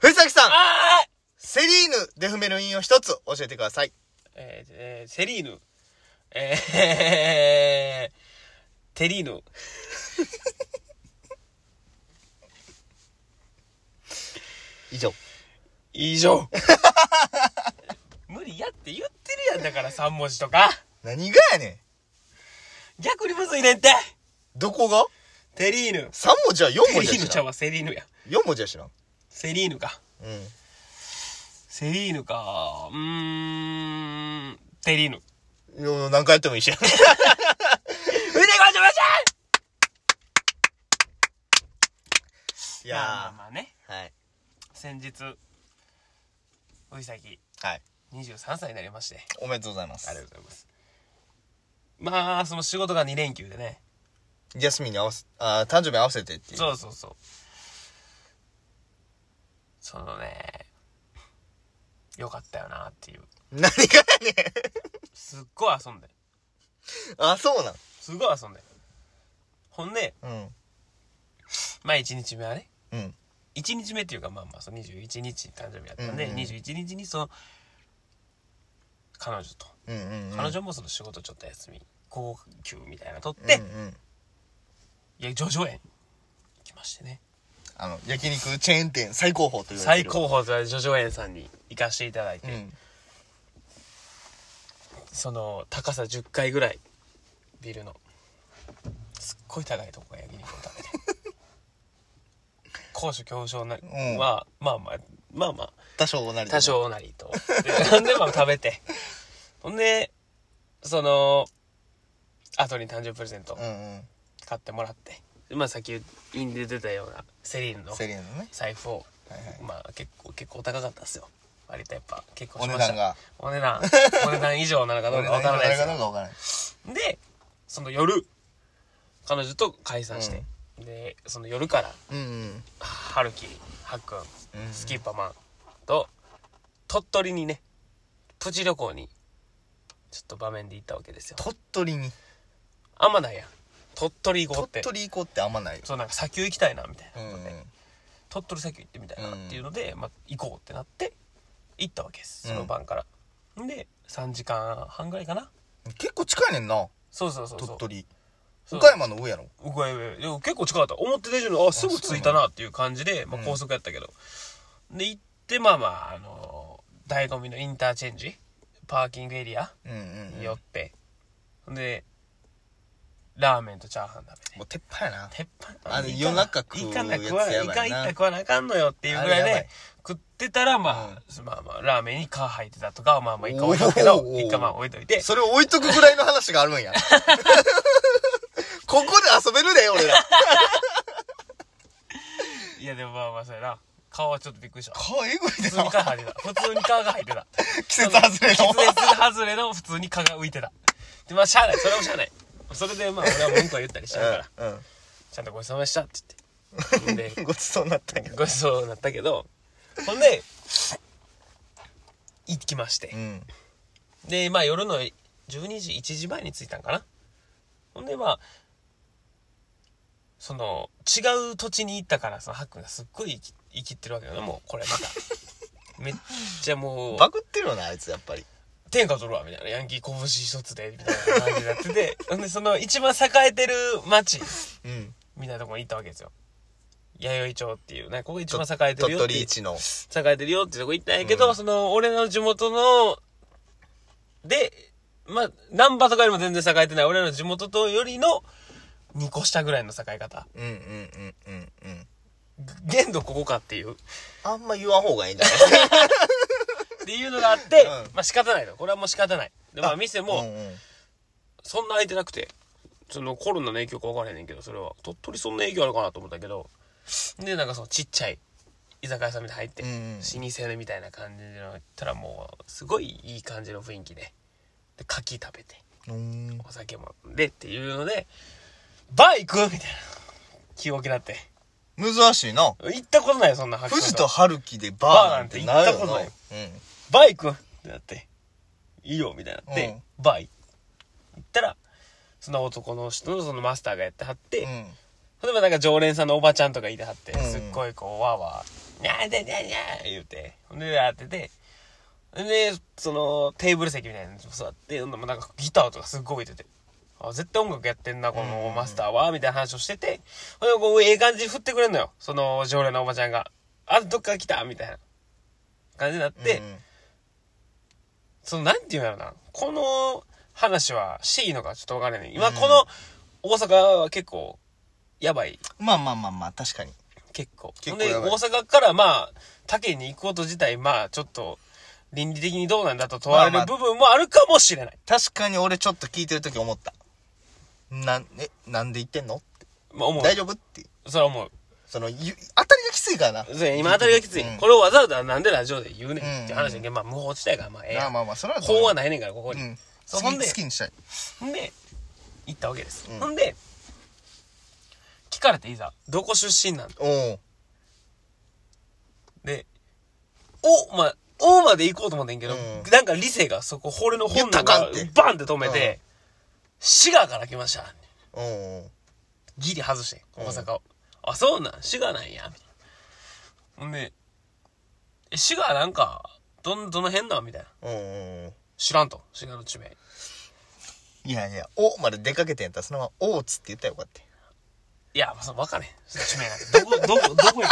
藤崎さん、あーセリーヌで踏める韻を一つ教えてください。 えーえーセリーヌ。えー、 テリーヌ。以上。以上。無理やって言ってるやんだから3文字とか。何がやねん。逆にむずいねんって。どこがテリーヌ。 ?3 文字は4テ文リ字ーヌやしちゃなう。わ、セリーヌや。 4文字やしな。セリーヌか。うん。セリーヌか。うーん、テリーヌ。いや何回やってもいいし。腕がじゃましいいまあやまあね、ー。はい。先日、ういさきはい。 23歳になりまして。おめでとうございます。ありがとうございます。まあ、その仕事が2連休でね。休みに合わせ、あー誕生日に合わせてっていう。そうそうそう。そのね、よかったよなっていう。何がやねん。すっごい遊んで。あ、そうなん。すごい遊んで。ほんで、うん。まあ1日目はね、うん。 1日目っていうかまあまあ、その21日誕生日やったんで、うんうん21日にその、彼女と、うんうん、うん。彼女もその仕事ちょっと休み、高級みたいなの取って、うんうん。いや、叙々苑行きましてね。あの、焼肉チェーン店最高峰という。最。高峰で叙々苑さんに行かせていただいて、うん。その高さ10階ぐらいビルのすっごい高いとこが焼肉を食べて 高所恐怖症な、んはまあまあまあまあ多少なりとも多。少なりと ででまあ食べてほんでその後に誕生日プレゼントうんうん。買ってもらって、まあさっきインで出たようなセリーヌのセリーヌのね。財布をはいはい。まあ結構結構高かったっすよ割とやっぱ結構おし値ました段が。お値段お値段以上なの かどうかわからないですかよどうかわからない。でその夜彼女と解散して、でその夜からうんうん。春樹はっくんうんスキッパマンと鳥取にねプチ旅行にちょっと場面で行ったわけですよ鳥取に。あんまないやん鳥取行こうって鳥取行こうってあんまないよ。そうなんか砂丘行きたいなみたいなうんことで、うん。鳥取砂丘行ってみたいなっていうので、まあ、行こうってなって行ったわけですその晩から、で3時間半ぐらいかな結構近いねんなそうそうそうそ鳥う取そう岡山の上やろうわいやいやでも結構近かった思ってた以上にあすぐ着いたなっていう感じで、まあ、うん高速やったけど、で行ってまあまああのー醍醐味のインターチェンジパーキングエリアうんうんうんに寄って、でラーメンとチャーハン食べてもう鉄板やな鉄板あのいかな夜中食ういかな食わなやいつやかばいなん行ったら食わなあかんのよっていうぐらいあれやばでい食ってたらまあ、まあまあラーメンに皮入ってたとかはまあまあ一回置いとくけどおー一回まあ置いといてそれを置いとくぐらいの話があるん やここで遊べるで俺らいやでもまあまあそうやな顔はちょっとびっくりした顔えぐい普で通にな皮入ってた普通に皮が入ってた季節外れの季節外れの普通に蚊が浮いてたでまあしゃあないそれもしゃあないそれでまあ俺は文句は言ったりしてるからうんうんちゃんとごちそうさまでしたって言ってごちそうになったんやでごちそうになったけどほんで行きましてうんでまあ夜の12時1時前に着いたんかなほんでまあその違う土地に行ったからそのハックンがすっごい生き生きってるわけよねもうこれまた めっちゃもうバグってるよなあいつやっぱり天下取るわ、みたいな。ヤンキー拳一つで、みたいな感じになってて。ほんで、その、一番栄えてる町、うんみたいなところに行ったわけですよ。弥生町っていうね、ここが一番栄えて鳥るよって取いう。一の栄えてるよってとこ行ったんやけど、うんその、俺の地元の、で、まあ、南波とかよりも全然栄えてない、俺らの地元とよりの、2個下ぐらいの栄え方。うんうんうんうんうん限度ここかっていう。あんま言わん方がいいんじゃっていうのがあって、うんまあ仕方ないの。これはもう仕方ない。で、まあ店も、ないうんうんそんな空いてなくて、そのコロナの影響か分からへんねんけど、それは。鳥取そんな影響あるかなと思ったけど、で、なんかそのちっちゃい居酒屋さんみたいに入って、うんうん老舗のみたいな感じの行ったらもう、すごいいい感じの雰囲気で、で、柿食べて、うんお酒も飲んでっていうので、バイクみたいな気を気なって。珍しいな行ったことないよ、そんな発富士と春樹でバーなんてないよなバーなんて行ったうんバイクってなって、いいよ、みたいになって、バイ。行ったら、その男の人のそのマスターがやってはって、うん例えばなんか常連さんのおばちゃんとかいてはって、うんすっごいこう、わーわーにゃーでにゃーにゃー言うて、ほんで、やってて、で、その、テーブル席みたいなのに座って、ほんでもうなんかギターとかすっごい置いてて、あ、絶対音楽やってんな、このマスターは、みたいな話をしてて、ほんで、こう、ええ感じに振ってくれんのよ。その、常連のおばちゃんが。あ、どっから来たみたいな感じになって、うんその、なんて言うんやろな。この話はしていいのかちょっとわからない。今、この、大阪は結構、やばい。まあまあまあまあ、確かに。結構。結構ほんで、やば大い阪からまあ、他県に行くこと自体、まあ、ちょっと、倫理的にどうなんだと問われまあるま部分もあるかもしれない。確かに俺ちょっと聞いてる時思った。なん、え、なんで言ってんのまあ、思大丈夫って。う。それは思う。その、ゆ当たりがきついからな。そうや今当たりがきつい。うんこれをわざわざなんでラジオで言うねうんんって話だけど、まあ、無法地帯から、まあ、ええまやあん。まあまあ、それは法はなないねんから、ここうに。ん。そう好ほきんで好きにしたい。ほんで、行ったわけです。うんほんで、聞かれていざ、どこ出身なんおお。で、お、まあ、おまで行こうと思ってんけど、うんなんか理性がそこ、俺の言っ本能たらがあかんってバンって止めて、滋賀から来ました。おお。ギリ外して、うん大阪を。あ、そうなん、滋賀なんや、みたいな。ほんで、え滋賀なんか、どん、どの辺なんみたいな。おお。知らんと、滋賀の地名。いやいや、おまで出かけてんやったら、そのまま、おーつって言ったらよかったよ。いや、まあ、そう、わかれん。地名なんて。どこ、どこ、 どこや。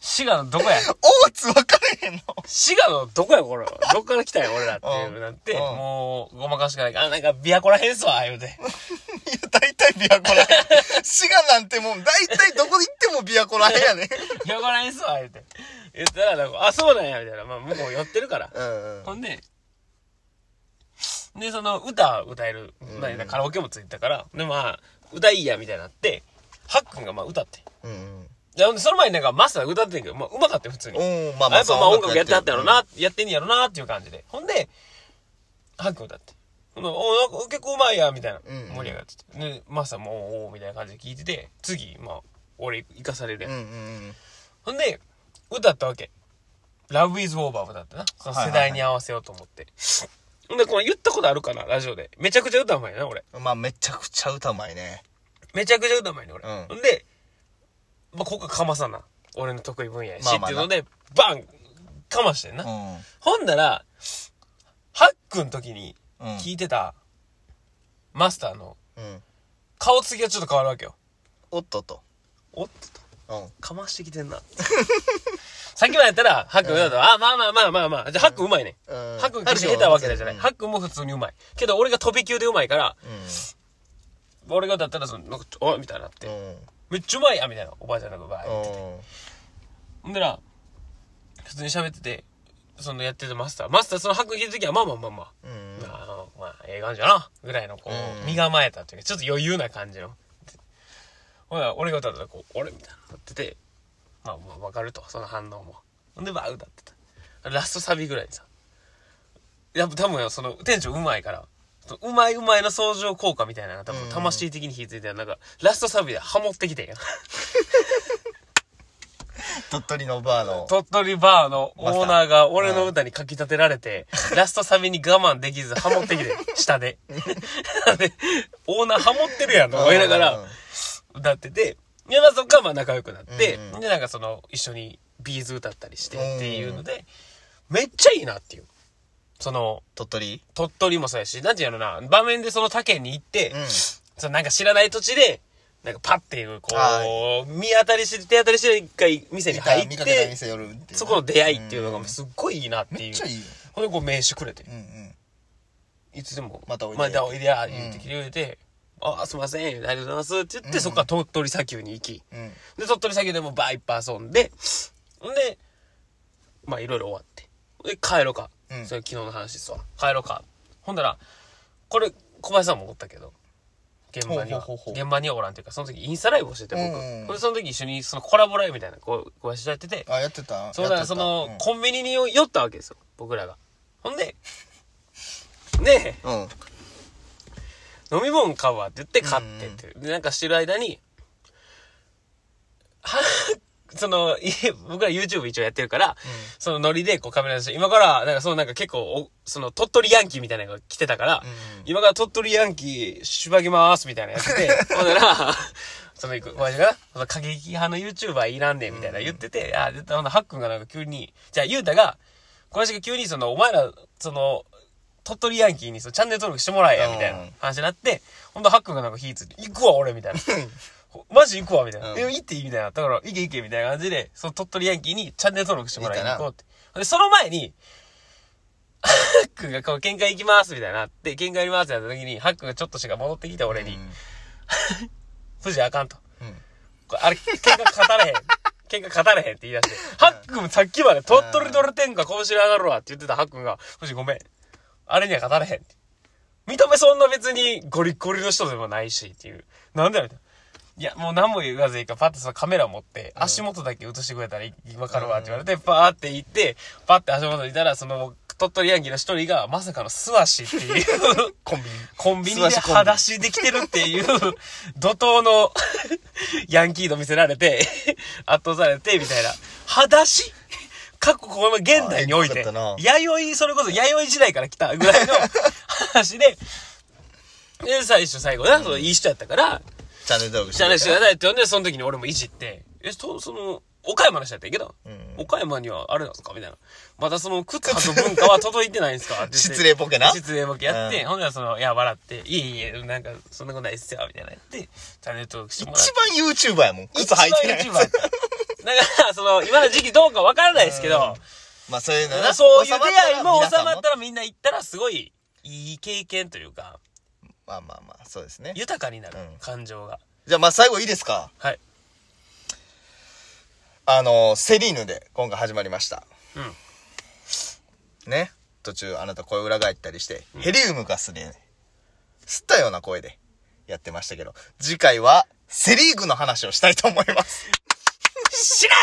滋賀のどこや。おーつ分かれへんの 滋賀のどこや、これ。どっから来たんや、俺らっていうなって、うんうんもう、ごまかしかない。あ、なんか、琵琶湖らへんすわ、言うて。いや、大体琵琶湖らへん。滋賀なんてもう、大体どこ行っても琵琶湖らへんやね。琵琶湖らへんすわ、言うて。言ったら、なんか、あ、そうなんや、みたいな。まあ、向こう寄ってるから。うんうん。ほんで、で、その、歌歌える、まあカラオケもついてたから、で、まあ、歌いいや、みたいになって、ハックンがまあ歌って。うんで、ほんでその前になんかマスターが歌ってんけど、まあ、うまかったよ、普通に。うん。おーまあまやあ、っぱまあ音楽やってはったやろうん。な、やってんやろなっていう感じで。ほんで、ハックン歌って。ほんでおなんか結構うまいや、みたいな。うんうん盛り上がってて。で、マスターも、おーおーみたいな感じで聞いてて、次、まあ、俺、行かされるやんうん。うんほんで、歌ったわけ。ラブイズオーバー歌ったな。その世代に合わせようと思って。ほんで、これ言ったことあるかな、ラジオで。めちゃくちゃ歌うまいな、俺。うん。まあ、めちゃくちゃ歌うまいね。めちゃくちゃ歌うまいね、俺。うんほんで、まあ、ここはかまさな。俺の得意分野やし、まあまあっていなうので、バンかましてんな。うん。ほんなら、ハックの時にうん聞いてた、マスターのうん。顔つきがちょっと変わるわけよ。おっとっと。おっとと。うん。かましてきてんな。さっきまでやったら、ハックだと、あ、まあまあまあまあまあ、じゃあハックうまいね。うんハック決して下手わけじゃない。うんハックも普通にうまい。けど俺が飛び級でうまいから、俺がだったら、その、なんか、おみたいになって、うん。めっちゃうまいやみたいな、おばあちゃんの子がう言ってて。ん。ほんでら、普通に喋ってて、そのやってたマスター。マスターそのハック聞いた時は、まあまあまあまあ。うん。まあ、あの、まあ、ええ感じやな、ぐらいの、こうう、ん身構えたというか、ちょっと余裕な感じの。ほら、俺が歌ったら、こう、俺みたいになってて、まあ、まあ、わかると、その反応も。ほんで、ばあ、歌ってた。ラストサビぐらいにさ、やっぱ多分よ、その、店長うまいから、そのうまいうまいの相乗効果みたいなのが多分、魂的に火ついてる、なんか、ラストサビでハモってきてんや。鳥取のバーの。鳥取バーのオーナーが俺の歌にかき立てら れて、ラストサビに我慢できずハモってきて、下で。 で、オーナーハモってるやんと思いながうんら。歌ってて、いや、まあそっからまあ仲良くなってうんう、んで、なんかその、一緒にビーズ歌ったりしてっていうので、めっちゃいいなっていう。その、鳥取鳥取もそうやし、なんていうのかな、場面でその他県に行って、うん。そのなんか知らない土地で、なんかパッていう、こはう、見当たりして、手当たりして一回店に見入たっ見かけたて、店寄るっていう。そこの出会いっていうのんがすっごいいいなっていう。めっちゃいいよ。ほんでこう名刺くれてう、んうん。いつでも、またおいでまたおいでや、言ってきてくれて、ああ、すいません、ありがとうございますって言って、そこから鳥取砂丘に行き、うん。で、鳥取砂丘でもバーいっぱい遊んで、ほんで、まあいろいろ終わって。で、帰ろうか。うんそれ昨日の話ですわ。帰ろうか。ほんだら、これ、小林さんもおったけど、現場には。ほうほうほうほう現場にはおらんっていうか、その時インスタライブをしてて、僕。うんうんほんで、その時一緒にそのコラボライブみたいな、こう、小林とやってて、あ、やってたそうやだ、ってたその、うんコンビニに寄ったわけですよ、僕らが。ほんで、 ねうん。え、飲み物買うわって言って買ってって、で、なんかしてる間に、は、 その、い僕ら YouTube 一応やってるから、そのノリでこうカメラ出して、今から、なんかそのなんか結構お、その鳥取ヤンキーみたいなのが来てたから、うん今から鳥取ヤンキーしばきまーすみたいなのやってて、ほんなら、その、わしがな、その過激派の YouTuber いらんねん、みたいな言ってて、あ、で、ほんなハックンがなんか急に、じゃあ、ゆうたが、小林が急にその、お前ら、その、鳥取ヤンキーにそのチャンネル登録してもらえや、みたいなうん話になって、ほんとハックンがなんか火ついて、行くわ、俺、みたいな。ほマジ行くわ、みたいな。うんえ、行っていいみたいな。だから、行け行け、みたいな感じで、その鳥取ヤンキーにチャンネル登録してもらいに行こうって。で、その前に、ハックンがこう、喧嘩行きます、みたいな。で、喧嘩やります、ってなった時に、ハックンがちょっとしか戻ってきた俺に、藤井あかんと。うんこれあれ、喧嘩勝たれへん。喧嘩勝たれへんって言い出して。ハックンもさっきまで、鳥取取れてんか、拳上がるわって言ってたハックンが、藤井ごめん。あれには勝たれへんって。認めそんな別にゴリゴリの人でもないしっていう。なんだよ、みたいな。いや、もう何も言わずいいから、パッてそのカメラ持って、足元だけ映してくれたらいいわかるわって言われて、パーって行って、パーって足元見たら、その、鳥取ヤンキーの一人が、まさかの素足っていう。コンビニ。コンビニ素で足コンビ裸足できてるっていう、 怒涛のヤンキーと見せられて、圧倒されて、みたいな。裸足過去この現代においあて、よかったな弥生、それこそ弥生時代から来たぐらいの話で、で、最初最後な、そのいい人やったから、チャンネル登録知らないし人てがねないって呼んで、その時に俺もいじって、え、そ、その、岡山の人やったんやけど、うん岡山にはあれなんですかみたいな。まだその靴履く文化は届いてないんですかって言って失礼ボケな失礼ボケやって、うんほんならその、いや、笑って、いえいえ、なんか、そんなことないっすよ、みたいなやって、チャンネル登録してもらって。一番 YouTuber やもん。靴履いてない。一番 YouTuber だから、その、今の時期どうかわからないですけど、 まあそういうのなんかな。そういう出会いも収まっ皆さんもたらみんな行ったら、すごい、いい経験というか、まあまあまあ、そうですね。豊かになるうん、感情が。じゃあまあ最後いいですか はい。あの、セリーヌで今回始まりました。うん。ね。途中あなた声裏返ったりして、ヘリウムガスで、ね、吸ったような声でやってましたけど、次回はセリーグの話をしたいと思います。知らん